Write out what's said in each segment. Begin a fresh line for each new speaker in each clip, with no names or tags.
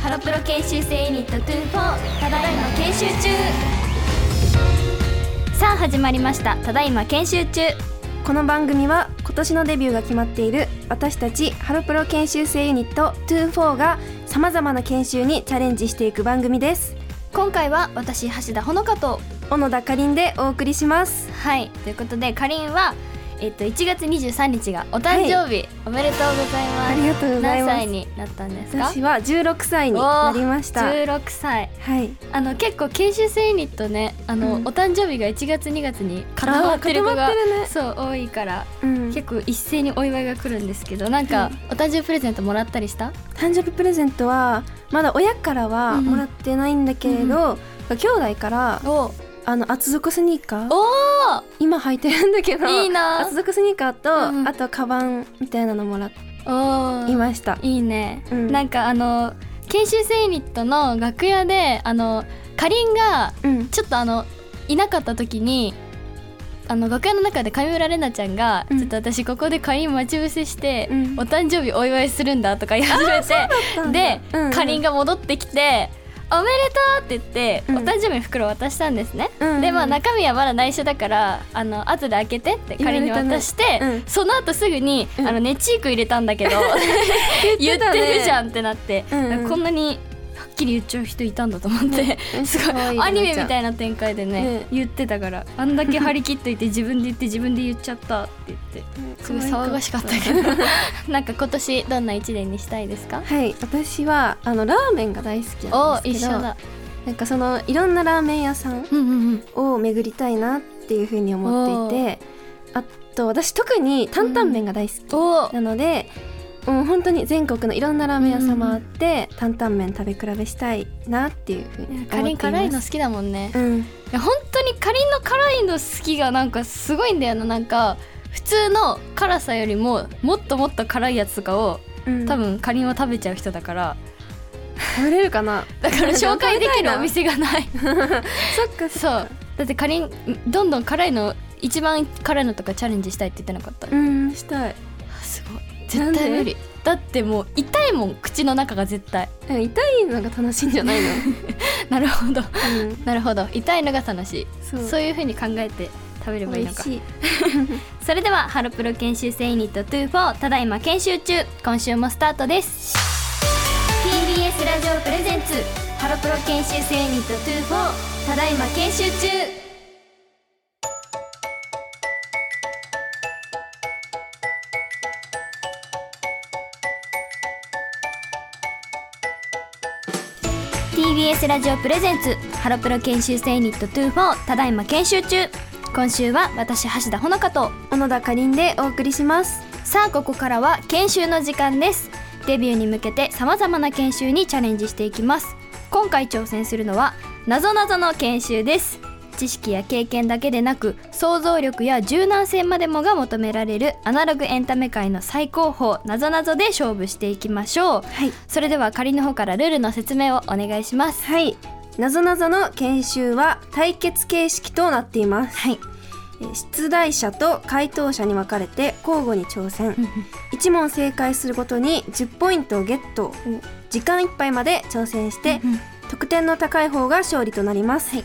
ハロプロ研修生ユニット24ただいま研修中さあ始まりましたただいま研修中
この番組は今年のデビューが決まっている私たちハロプロ研修生ユニット24がさまざまな研修にチャレンジしていく番組です
今回は私橋田ほのかと
小野田かりんでお送りします
はいということでかりんはえっと1月23日がお誕生日、おめでとうございます
ありがとうございます
何歳になったんですか
私は16歳になりました
お
は
ー
い
16歳あの結構研修生ユニットねあの、
うん
お誕生日が1月2月に固まってる子
あ
が
ー固まってるね
そう多いから
うん
結構一斉にお祝いが来るんですけどなんか、
うん
お誕生日プレゼントもらったりした
誕生日プレゼントはまだ親からはもらってないんだけれど、兄弟から
お
あの厚底スニーカー
お
今履いてるんだけど
いいな
厚底スニーカーと、
うん
あとカバンみたいなのもらっ
お
いました、
いいね、
うん
なんかあの研修生ユニットの楽屋であのかりんが
うん
ちょっとあのいなかった時にあの楽屋の中で上村れなちゃんが、
うん
ちょっと私ここでかりん待ち伏せして、
うん
お誕生日お祝いするんだとか言い始めてで、かりん
が、
が戻ってきて「おめでとう!」って言って、
うん
お誕生日の袋渡したんですね、
うん
でまあ中身はまだ内緒だからあの後で開けてって仮に渡して、
言われたねうん
その後すぐに、
うん
あのねチーク入れたん だけど言ってるじゃんってなって、
うんうん
こんなにはっきり言っちゃう人いたんだと思って、
う ん
すご
かわい
い
い
アニメみ
なちゃん
たいな展開でね
ね
言ってたからあんだけ張り切っといて自分で言って自分で言っちゃったって言ってすごい騒がしかったけど なんか今年どんな一年にしたいですか
はい私はあのラーメンが大好き
お
なんで
一
すけ
緒
ど
だ
なんかそのいろんなラーメン屋さん
うんうんうん
を巡りたいなっていうふうに思っていてあと私特に担々麺が大好き、
お
なのでもう本当に全国のいろんなラーメン屋さん回って、担々麺食べ比べしたいなっていうふうに思っています
かりん辛いの好きだもんね
うん
いや本当にかりんの辛いの好きがなんかすごいんだよななんか普通の辛さよりももっともっと辛いやつとかを
うん、
多分かりんは食べちゃう人だから
食べれるかな
だから紹介できるお店がない
そっかそっ か
そうだってかりんどんどん辛いの一番辛いのとかチャレンジしたいって言ってなかった
うんしたい
あすごい
な
絶
んで
対無理だってもう痛いもん口の中が絶対
うん痛いのが楽しいんじゃないの、
なるほど
うん、
なるほど痛いのが楽しい
そう
そういうふうに考えて食べればいいのか
美味しい
それではハロプロ研修生ユニット24ただいま研修中今週もスタートです TBS ラジオプレゼンツハロプロ研修生ユニット24ただいま研修中ラジオプレゼンツハロプロ研修生ユニット24ただいま研修中今週は私橋田ほのかと
小野田かりんでお送りします
さあここからは研修の時間ですデビューに向けてさまざまな研修にチャレンジしていきます今回挑戦するのはなぞなぞの研修です知識や経験だけでなく想像力や柔軟性までもが求められるアナログエンタメ界の最高峰なぞなぞで勝負していきましょう
はい
それでは仮の方からルールの説明をお願いし ます
はいなぞなぞの研修は対決形式となっています
はい
えー出題者と回答者に分かれて交互に挑戦1問正解するごとに10ポイントをゲット時間いっぱいまで挑戦して得点の高い方が勝利となります、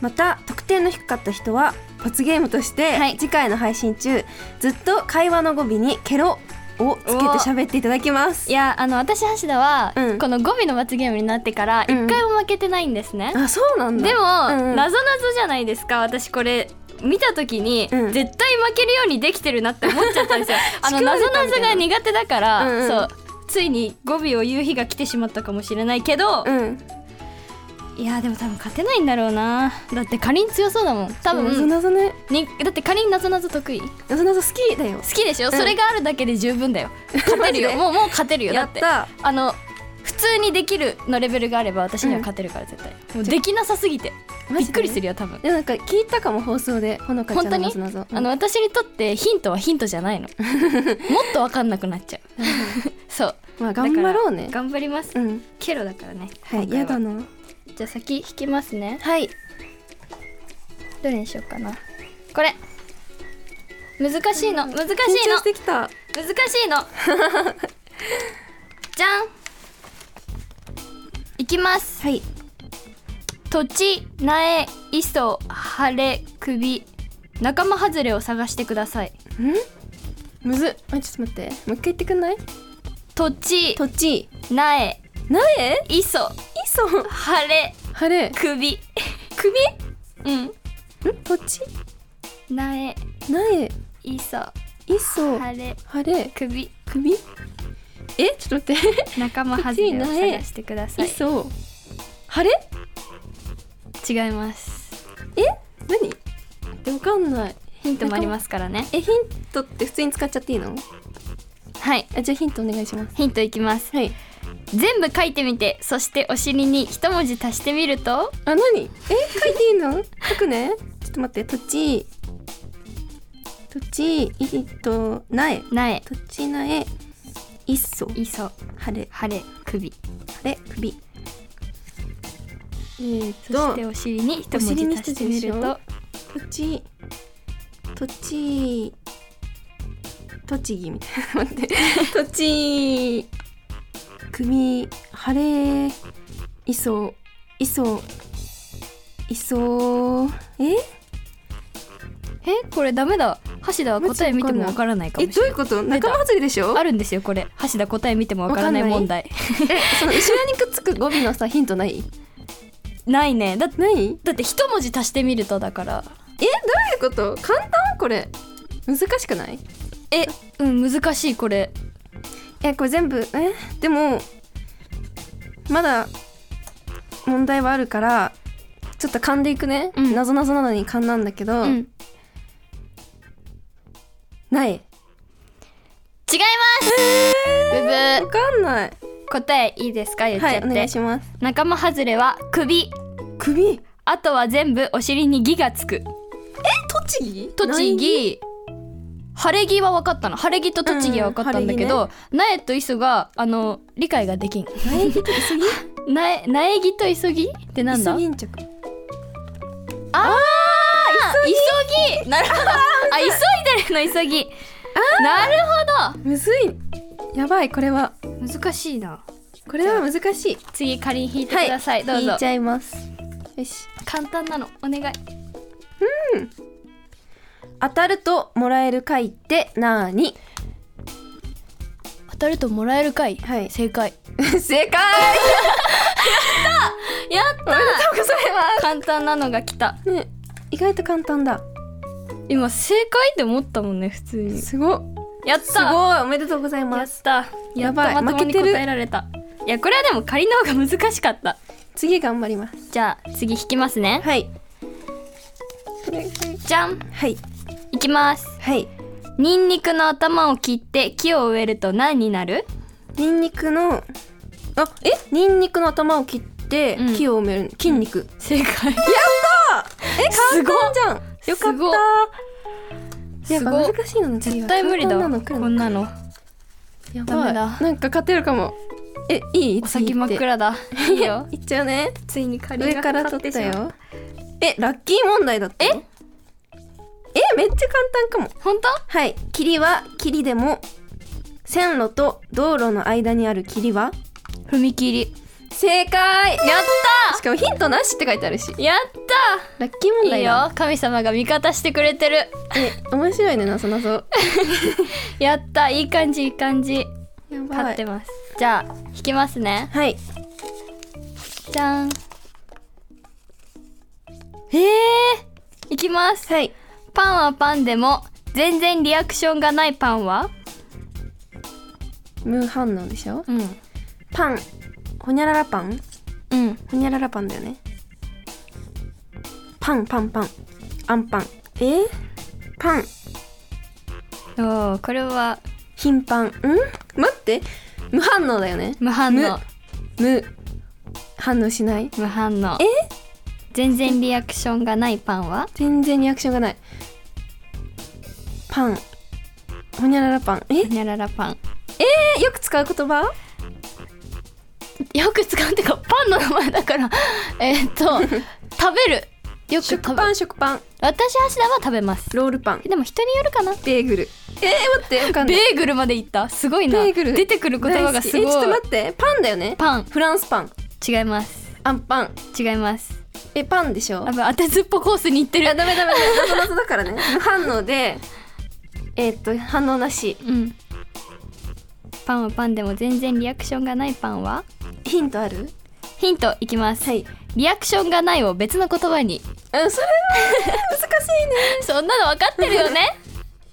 また得点の低かった人は罰ゲームとして、
はい
次回の配信中ずっと会話の語尾に「ケロ」をつけて喋っていただきます
いやあの私橋田は、
うん
この語尾の罰ゲームになってから
うん
一回も負けてないんですね、
あそうなんだ
でも、
うん
なぞなぞじゃないですか私これ見た時に、
うん
絶対負けるようにできてるなって思っちゃったん ですよあの
仕組ま
な
れ
ぞ
たみた
ない
な
ぞが苦手だから、
うんうん
そうついに語尾を言う日が来てしまったかもしれないけど、
うん
いやでも多分勝てないんだろうなだってかりん強そうだもん多
なぞ
分
なぞね
にだってかりんなぞなぞ得意好
なぞなぞ好きだよ
きでしょ、それがあるだけで十分だよ勝てる
マジ
よ
で
もうもう勝てるよだ
や
っ
ってた
あの普通にできるのレベルがあれば私には勝てるから絶対、もうできなさすぎて
マ
び
ジで
っくりするよ多分
でもなんか聞いたかも放送でほのかちゃ
本
ん
当
の
に
なぞなぞ
あの私にとってヒントはヒントじゃない のもっと分かんなくなっちゃうそう
まあ頑張ろうね
だから頑張ります、
うん
ケロだからね
はい
今
や
回
だな
じゃあ先引きますね
はい
どれにしようかなこれ難しいの難しいの難し
緊張してきた
いのじゃんきます
はい
土地苗磯晴れ首仲間外れを探してください
むずっあちょっと待ってもう一回言ってくんない
土地
土地
苗
苗
磯
磯
晴れ
晴れ
首
首
うん
ん土地
苗
苗
磯
磯
晴れ
晴れ
首
首えちょっと待って
仲間外れを探してください
磯晴れ
違います
え何えわかんない
ヒントもありますからね
えヒントって普通に使っちゃっていいの
はい
あじゃあヒントお願いします
ヒントいきます
はい
全部書いてみてそしてお尻に一文字足してみると
あ何え書いていいの書くねちょっと待って土地土地いいと苗
苗
土地苗いっそ
磯
晴れ
晴れ首
晴れ首えー、
そしてお尻に一文字足してみると
土地土地栃木みたいな待って土地組晴れ磯磯磯え
えこれダメだ橋田は答え見てもわからないか
え
もしれない
どういうこと仲間外れでしょ
あるんですよこれ橋田答え見てもわからない
わかんない
問題
その後ろにくっつく語尾のさヒントない
ないねだって
ないえどういう
だって一文字足してみるとだから
こと簡単これ難しくない
えうん難しいこれ
えこれ全部えでもまだ問題はあるからちょっと勘でいくね、
うん
なぞなぞなのに勘なんだけど、
うん違い
ない
ます、ブ
わかんない
ブー答えいいですか言っち
は
ゃっ
いお願い
て、
します
仲間外れは首
首
あとは全部お尻に「ぎ」がつく
栃木
栃
ない
木晴れ着は分かったの晴れ着と栃木は分かったんだけ
うん
ど、苗と磯があの理解ができん
苗木と急ぎ
苗苗木と磯ぎってなんだ
急ぎんちゃく
ああ急ぎなるほどあ急いでるの急ぎなる
むずいやばいこれは
ほど難しいな
これは難しい
次かりん引いてください、ど
引
う
いち
ぞ
ゃいますよし
簡単なのお願い
当たるともらえる貝ってなーに
当たるともらえるかい、
はい
正解
正解
や った
ござい
簡単なのが来た
ますね意外と簡単だ
今正解って思ったもんね普通に
すごっ
やった
すごいおめでとうござい
や
ま
っ
す
たや
や
っ
ばい
とまともに
負けてる
答えられたいやこれはでも仮の方が難しかった
次頑張ります
じゃあ次引きますね、
はい
じゃん
はい
いきます
はい
ニンニクの頭を切って木を植えると何になる
ニンニクのあえニンニクの頭を切って
うん
木を埋める、筋肉
正解
え
すごっ
じゃんよ
すごっ
かったや
す
っぱ
ごい
難しいのね次
絶
は
対無理だわ
簡単なの来
こ
る
ん
の
なの
や
ダ
ば
メ
い
だ
なんか勝てるかもえいい
お先真っ
次行
暗だいいよ
っていっちゃうね
ついにカ
上から取ったよえラッキー問題だったよえめっちゃ簡単かも
本当
はい霧は霧でも線路と道路の間にある霧は
踏切
正解
やっ
しかもヒントなしって書いてあるした
やっ
ラッキー問
たい
題
い
だ
よ神様が味方してくれてる
え面白いねなぞなぞ
やったいい感じいい感じ
や
勝ってます、じゃあ引きますね
はい
じゃんえー、いきます
はい
パンはパンでも全然リアクションがないパンは
無反応でしょ
うん
パンほにゃららパン
うん
ほにゃららパンだよねパンパンパンアンパンえーパン
おーこれは
頻繁ん待って無反応だよね
無反応
無無反応しない
無反応
え
全然リアクションがないパンは
全然リアクションがないパンほにゃららパンえ
ニャララパン
えよく使う言葉
よく使うってかパンの名前だからえーっと 食べるよく食べ
食パン食パン
私橋田は食べます
ロールパン
でも人によるかな
ベーグルえー、待ってわかん
ベ
ない
ーグルまでいったすごいな
ベーグル
出てくる言葉がすごい
大好きえちょっと待ってパンだよね
パン
フランスパン
違います
アンパン
違います
えパンでしょ
あぶ当てずっぽコースに行って
いや
る
ダメダメダメ謎謎だからね無反応でえーっと反応なし
うんパンはパンでも全然リアクションがないパンは
ヒントある
ヒントいきます、
はい
リアクションがないを別の言葉に
うんそれは難しいね
そんなの分かってるよね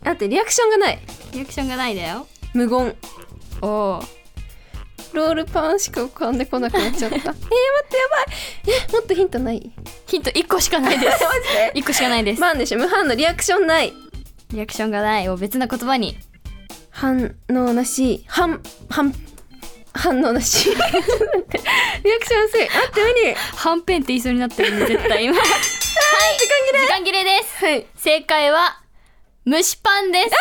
だってリアクションがない
リアクションがないだよ
無言
おお
ロールパンしか浮かんでこなくなっちゃった えー、待ってやばいえもっとヒントない
ヒント1個しかない です1個しかないです、
パンでしょ無反応リアクションない
リアクションがないを別の言葉に
反応なし反反反応な しリアクション薄いあって無理
はんぺんって言いそうになってるんで絶対今時
はい時間切れ
間切れです
はい
正解は蒸しパンです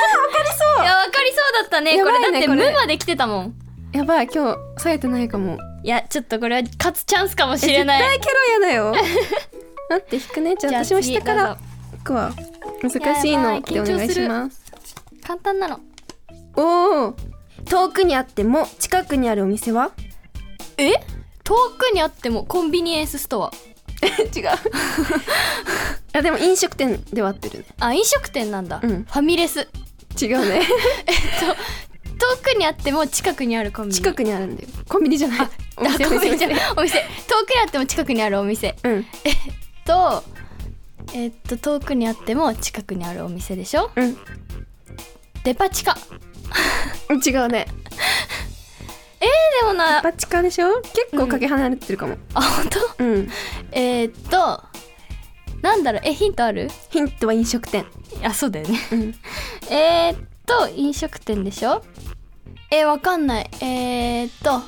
いやわかりそうだったね
や
こ
ばい
れ
ね
だって
これ
無まで来てたもん
やばい今日冴えてないかも
いやちょっとこれは勝つチャンスかもし
え
れない
絶対キャラやだよ 待って引くねじゃあ私も下か
じゃあ
ら
次
引くわ難しい
やば
の
い
でお願いします
どうぞ簡単なの
おお遠くにあっても近くにあるお店は
え遠くにあってもコンビニエンスストア
違うあでも飲食店では合ってるね
あ飲食店なんだ、
うん
ファミレス
違う ね
遠くにあっても近くにあるコンビニ
近くにあるんだよコンビニじゃないお
あ
店お
コンビ
店
ニじゃない
お
お店遠くにあっても近くにあるお店
店うん
とえっと遠くにあっても近くにあるお店でしょデパ地下
うん違うね
えー、でもな
バチカでしょ結構かけ離れてるかも
あ本当
うん、
えー、っとなんだろうえヒントある
ヒントは飲食店
あそうだよね
うん
えー、っと飲食店でしょえー、わかんないえー、っと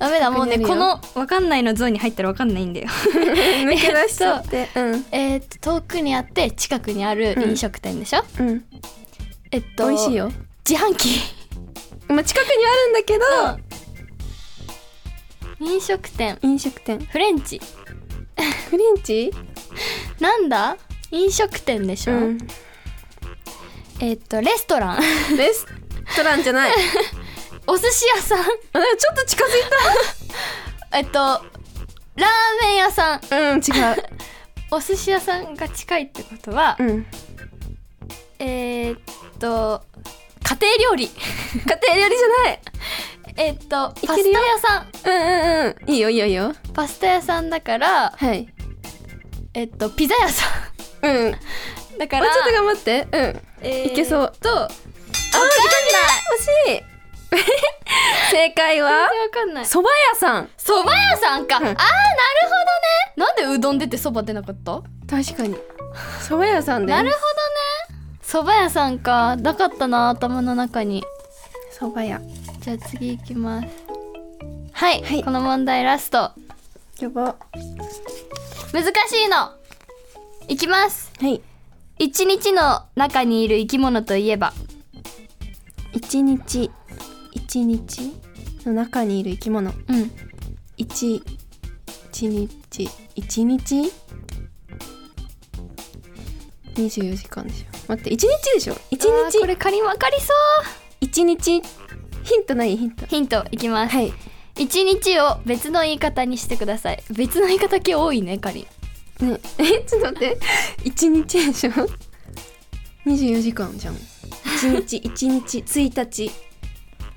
ダメだもうね
逆
こ
にやる
のわかんないのゾーンに入ったらわかんないんだよ
抜け出しちゃ ってうん
えーっと遠くにあって近くにある飲食店でしょ、
うん
えっ
美
と
味しいよ
自販機
まあ近くにあるんだけど、
飲食店
飲食店
フレンチ
フレンチ
なんだ飲食店でしょ、
うん
えっとレストラン
レストランじゃないあ
お寿司屋さん
でもちょっと近づい
えっとラーメン屋さん
たうん違
お寿司屋さんが近いってことは、
ううん
えーっと家庭料理
家庭料理じ
えっと
い
パ
け
ス
るよ
タ屋さん
ゃないうんうんうんいいよいいよいいよ
パスタ屋さんだから
はい
えっとピザ屋さ
うんもうちょ
んだか
っと
ら
頑張ってうん
え
いけそうう
わ
とあー
かんな
惜しい正解はい
わかんない
蕎麦屋さん
そば屋さんか、
うん
あーなるほどねなんでうどん出てそば出なかった
確かに蕎麦屋さんで
なるほどねそば屋さんかなかったな頭の中に
蕎麦屋
じゃあ次行きますはい、
はい
この問題ラスト
やばは
難しいのいきます
い
一日の中にいる生き物といえば
一日一日の中にいる生き物
うん
一一日一日二十四時間でしょ待って一日でしょ一
あーこ
日
れかりわかりそう
一日ヒントないヒント
ヒントいきます、
はい
一日を別の言い方にしてください別の言い方系多いねかりん
ねえちょっと待って一日でしょ二十四時間じゃん一日一日一日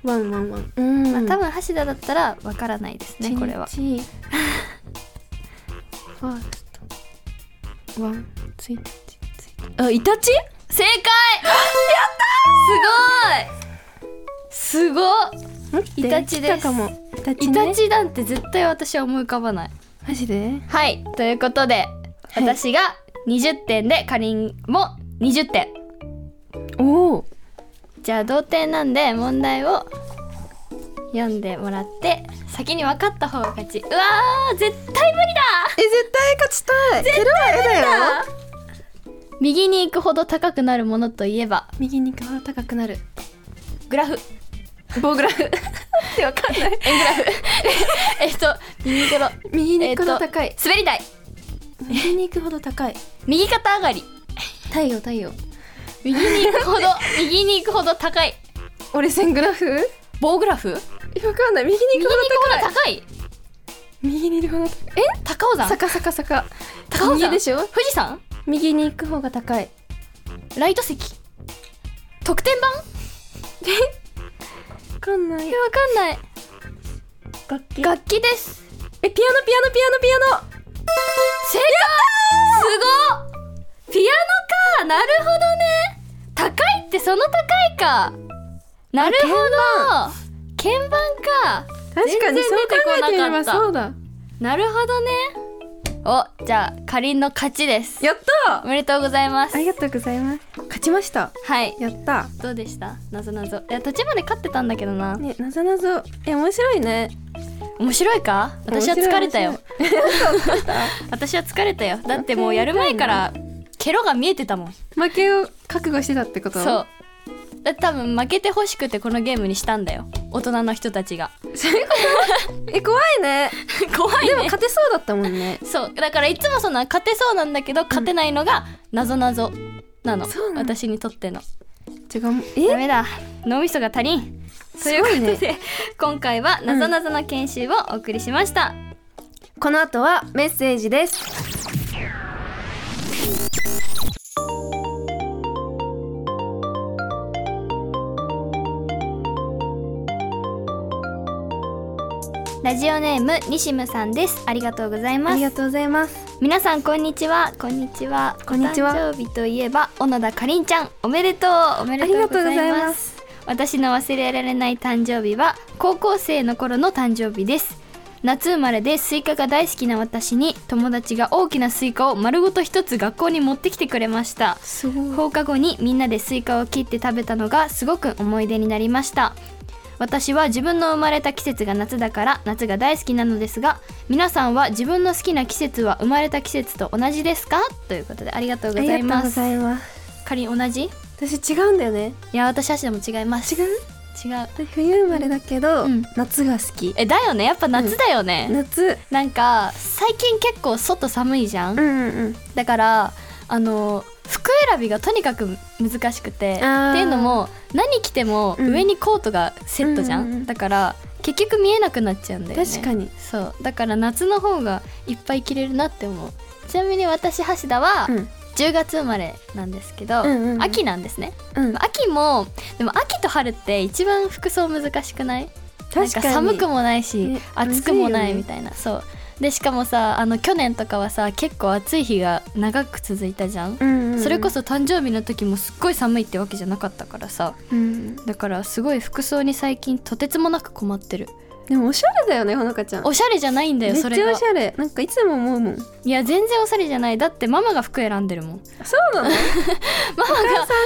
ワンワンワンうん、
まあ多分橋田だったらわからないですねこれは
一日ファーストワン一日一日あイタチ
正解やったーすごいす
イ
タチです
来たかもイタ
ごいイタチなんて絶対私は思い浮かばない
マジで
はいということで
い
私が20点でかりんも20点
おお
じゃあ同点なんで問題を読んでもらって先に分かった方が勝ちうわー絶対無理だ
え絶対勝ちたい絶対無理だよ
右に行くほど高くなるものといえば
右に顔高くなる
グラフ
棒グラフってわかんない
円グラフ えっと右グロ
右に
えっ
行く
と
ほど高い、
滑り台
右に行くほど高い
右肩上がり
太陽太陽
右に行くほど右に行くほど高い
折れ線グラフ
棒グラフ
えわかんない右に
右に
行く
行
ほど
くほ
高い
ど高い
右にいる方が
え高尾山
坂坂坂
高尾
右
山
でしょ
富士山
右に行く方が高い
ライト席特典版
分かんない
えわかんない
楽器
楽器です
えピアノピアノピアノピア
正解すごっピアノかなるほどね高いってその高いかなるほど鍵盤か
ノ確かに
全
そう
然出てこなか
考
った
えてみればそうだ
なるほどねおじゃあかりんの勝ちです
やった
おめでとうございます
ありがとうございます勝ちました
はい
やった
どうでしたなぞなぞいや途中まで勝ってたんだけどな
ねなぞなぞえ面白いね
面白いか私は疲れたよ
面
私は疲れたよだってもうやる前からケロが見えてたもん
負けを覚悟してたってこと
そうだ多分負けてほしくてこのゲームにしたんだよ大人の人たちが
そういうことえ怖いね
怖いね
でも勝てそうだったもんね
そうだからいつもそんな勝てそうなんだけど勝てないのがなぞなぞなの、
そうなの
私にとっての
違う
ダ
え
メだ脳みそが足りんということ で、今回はなぞなぞの研修をお送りしました、
この後はメッセージです
ラジオネームニシムさんですありがとうござい
あ
ま
り
す
がとうございます
皆さんこんにちはこんにちは
こんにちは
お誕生日といえば小野田かりんちゃんおめでとうおめでとうございます
ありがとうございます
私の忘れられない誕生日は高校生の頃の誕生日です夏生まれでスイカが大好きな私に友達が大きなスイカを丸ごと一つ学校に持ってきてくれました
すご
放課後にみんなでスイカを切って食べたのがすごく思い出になりました私は自分の生まれた季節が夏だから夏が大好きなのですが皆さんは自分の好きな季節は生まれた季節と同じですかということでありがとうござ
あ
い
りがとう
ま
ご
す
ざいます
仮に同じい
私違うんだよね
や私たちでも違います
違う
違う
私冬生まれだけど、
うん
夏が好き
えだよねやっぱ夏だよね、
夏
なんか最近結構外寒いじゃん、
うんうん
だからあの服選びがとにかく難しくてっ
あー
ていうのも何着ても
うん
上にコートがセットじゃん、
うんうんうん
だから結局見えなくなっちゃうんだよね
確かに
そうだから夏の方がいっぱい着れるなって思うちなみに私橋田は
うん
10月生まれなんですけど、
うんうんうん
秋なんですね
うん
秋もでも秋と春って一番服装難しくない
確かに
なんか寒くもないし、
ね
暑くもない
むずい
み
よね
たいなそうでしかもさあの去年とかはさ結構暑い日が長く続いたじゃん、
うんうん
それこそ誕生日の時もすっごい寒いってわけじゃなかったからさ
うん
だからすごい服装に最近とてつもなく困ってる
でもおしゃれだよねほのかちゃん
おしゃれじゃないんだよ
めっ
それ
ちゃ
が
おしゃれなんかいつでも思うもん
いや全然おしゃれじゃないだってママが服選んでるもん
そうなの
ママが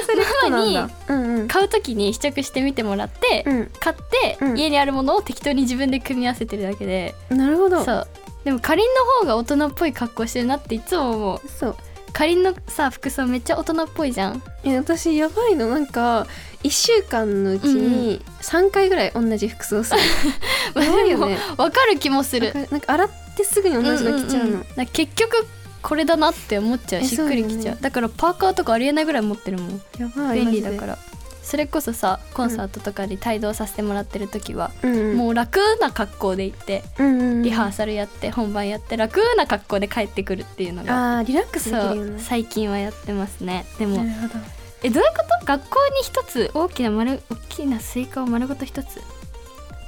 それそうなんだうんうん
買う時に試着してみてもらって、
う
買って、
うん
家にあるものを適当に自分で組み合わせてるだけで
んなるほど
そううでもかりんの方が大人っぽい格好してるなっていつも思う
そう
かりんのさ服装めっちゃ大人っぽいじゃん
え私やばいのなんか一週間のうちに三回ぐらい同じ服装する やばいよね
わかる気もする
なんかなんか洗ってすぐに同じの着ちゃうの、
んんんなんか結局これだなって思っちゃう
え
しっくりき
そう
ち
だ
ゃ
よ
う
ね
だからパーカーとかありえないぐらい持ってるもん
やばい
便利だかららそれこそさコンサートとかで帯同させてもらってる時は、
うんうん
もう楽な格好で行って
うんうんうん
リハーサルやって本番やって楽な格好で帰ってくるっていうのが
あーリラックスで
そ
きるよ
う
ね
最近はやってますねでも、
なるほど
えどういうこと学校に一つ大きな丸大きなスイカを丸ごと一つ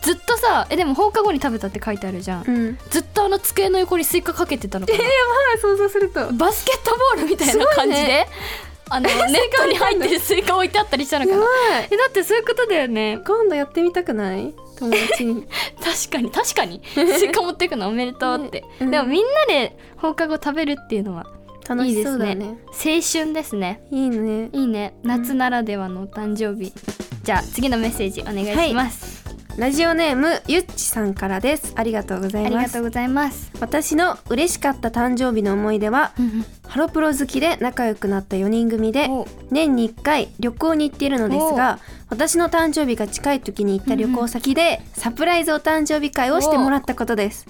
ずっとさえでも放課後に食べたって書いてあるじゃん、
うん
ずっとあの机の横にスイカかけてたのかな、
はい想像すると
バスケットボールみたいな感じで、
すごい
あ のネットに入ってるスイカ置いてあったりしたのか
や
な
ばい
えだってそういうことだよね
今度やってみたくない 友達に
確かに確か にスイカ持ってくのおめでとうって、
うん
でもみんなで放課後食べるっていうのは
楽
いい
し
で
そ
す
う
ね
だね
青春ですね
いいね
いいね夏ならではのお誕生日、じゃあ次のメッセージお願いします、
ラジオネームゆっちさんからですありがとうござい
ありが
ま
と
す
うございます
私の嬉しかった誕生日の思い出はハロプロ好きで仲良くなった4人組で
お
年に1回旅行に行っているのですが私の誕生日が近い時に行った旅行先でサプライズお誕生日会をしてもらったことです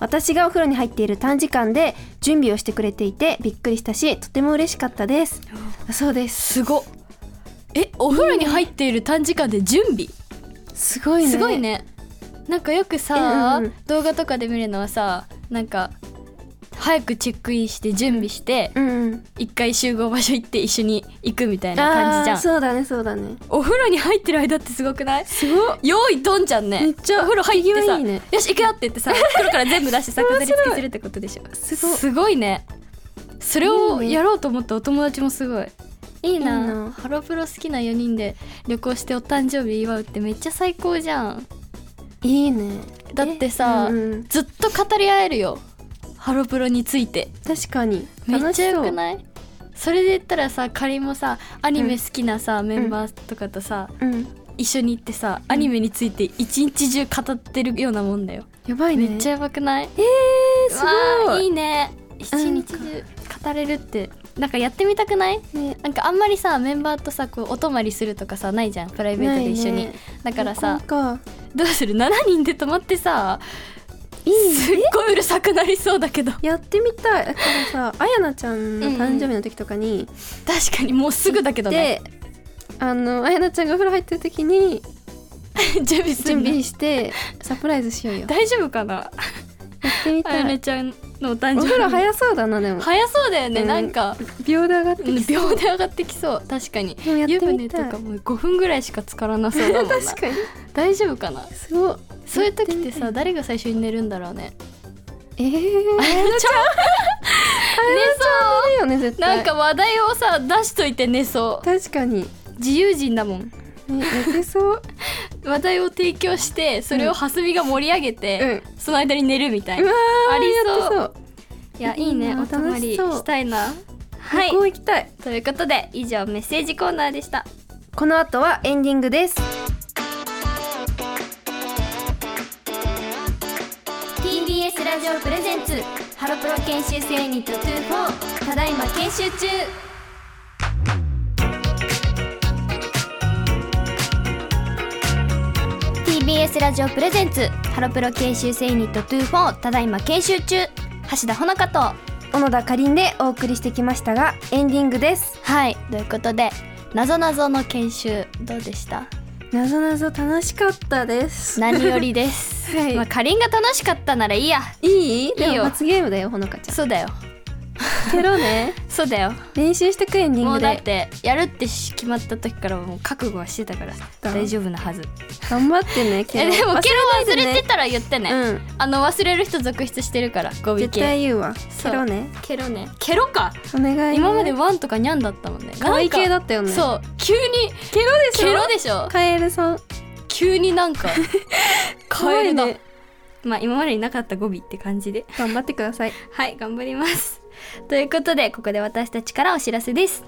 私がお風呂に入っている短時間で準備をしてくれていてびっくりしたしとても嬉しかったですそうです
すごっえお風呂に入っている短時間で準備、
すごいね
すごいねなんかよくさ、
うんうんうん
動画とかで見るのはさなんか早くチェックインして準備して
うん
一回集合場所行って一緒に行くみたいな感
あ
じじゃ
ー
ん
そうだねそうだね
お風呂に入ってる間ってすごくない
すごい
用意ドンじゃんね
めっちゃ
お風呂入ってさ
手際いいね
よし行くよって言 ってさ袋から全部出してさ飾り付けするってことでしょ
すごい
ねそれを
いいね
やろうと思ったお友達もすごいいいない
いな
ハロプロ好きな4人で旅行してお誕生日祝うってめっちゃ最高じゃん
いいね
だってさ、
えうんうん
ずっと語り合えるよハロプロについて
確かに
めっちゃよく
い
ないそれで言ったらさ仮もさアニメ好きなさ、メンバーとかとさ、
うん
一緒に行ってさアニメについて一日中語ってるようなもんだよ、
やばいね
めっちゃ
ゃ
やばくない
えー、す
わ
ご
あ
い
いいね一日中語れるってなんかやってみたくない
ね
なんかあんまりさメンバーとさこうお泊まりするとかさないじゃんプライベートで一緒に、
ないね
だからさ
旅行か
どうする7人で泊まってさ
いいね
すっごいうるさくなりそうだけど
やってみたいだからさあやなちゃんの誕生日の時とかに、
確かにもうすぐだけどね
であのあやなちゃんがお風呂入ってる時に
準備する
準
の
備してサプライズし ようよや
大丈夫かな
ってみ
あや
た
ね
い
ちゃんのお誕生日
お風呂早そうだなでも
早そうだよね、
うん
なんか
秒で上がって
うん
きそう
秒で上がってきそう確かに
もやって
湯
み
船と
たい
かも5分ぐらいしか浸からなそうだもんな
確かに
大丈夫かな
すごい
そういう時ってさ
やてみたい
誰が最初に寝るんだろうね
えー、あやなちゃんだよね
寝そう
絶対
なんか話題をさ出しといて寝そ
確かに、ね、
う自由人だもん
寝てそう
話題を提供してそれを蓮見が盛り上げて、その間に寝るみたいな、
うわー
ありそう
やって
いやいい
いい
ね
な
お泊まり
楽しそう
したいな
そう
は
旅
い
行行きたい、
ということで以上メッセージコーナーでした
この後はエンディングです
TBS ラジオプレゼンツハロプロ研修生ユニット24ただいま研修中ラジオプレゼンツハロプロ研修生ユニット24ただいま研修中橋田穂香と
小野田かりんでお送りしてきましたがエンディングです
はいということでなぞなぞの研修どうでした
なぞなぞ楽しかったです
何よりです
はい
まあかりんが楽しかったならいいや
いいで
いい
も
よ
罰ゲームだよほのかちゃ
そうだよ
んテロね
そうだよ
練習してくエンディン
も
グ
うだ
で
ってやるってし決まった時からもう覚悟はしてたから
だ
大丈夫なはず
頑張ってねケ
え
ロ
でもケロ忘
ない
れ
で
てたら言ってね、
うん
あの忘れる人続出してるから語尾
絶対言うわ
そ
ケ
う
ロね
ケロねケロか
お願いね
今までワンとかニャンだったもんね
可愛
なん
い
か
系だったよね
そう急に
ケロでしょ
ケロでしょ
カエルさん
急になん かカエルだ、
すごいね
まあ今までになかった語尾って感じで
頑張ってください
はい頑張りますということでここで私たちからお知らせです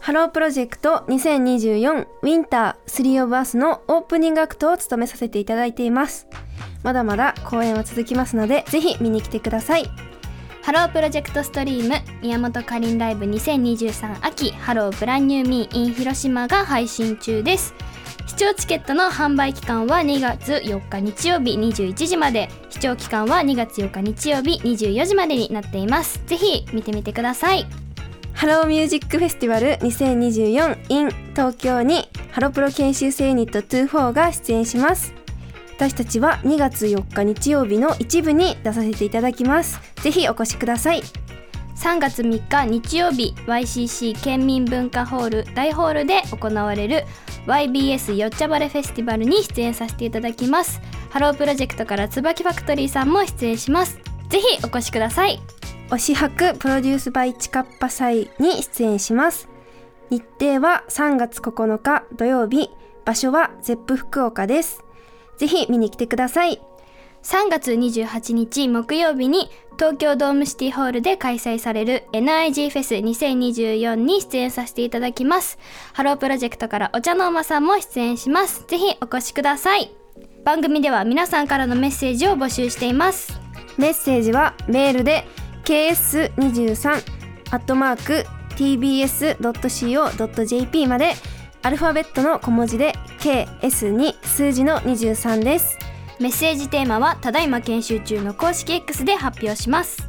ハロープロジェクト2024ウィンター3オブアスのオープニングアクトを務めさせていただいていますまだまだ公演は続きますのでぜひ見に来てください
ハロープロジェクトストリーム宮本かりんライブ2023秋ハローブランニューミー in 広島が配信中です視聴チケットの販売期間は2月4日日曜日21時まで視聴期間は2月4日日曜日24時までになっていますぜひ見てみてください
ハローミュージックフェスティバル2024 in 東京にハロプロ研修生ユニット24が出演します私たちは2月4日日曜日の一部に出させていただきますぜひお越しください
3月3日日曜日 YCC 県民文化ホール大ホールで行われる YBS よっちゃばれフェスティバルに出演させていただきますハロープロジェクトから椿ファクトリーさんも出演しますぜひお越しください
推し博プロデュースバイチカッパ祭に出演します日程は3月9日土曜日場所はゼップ福岡ですぜひ見に来てください
3月28日木曜日に東京ドームシティホールで開催される NIG フェス2024に出演させていただきますハロープロジェクトからお茶の間さんも出演しますぜひお越しください番組では皆さんからのメッセージを募集しています
メッセージはメールで ks23 アットマーク tbs.co.jp までアルファベットの小文字で ks に数字の23です
メッセージテーマはただいま研修中の公式 X で発表します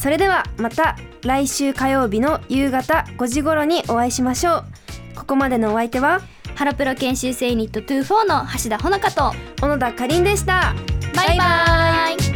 それではまた来週火曜日の夕方5時頃にお会いしましょうここまでのお相手は
ハロプロ研修生ユニット24の橋田穂香と
小野田かりんでした
バイバイ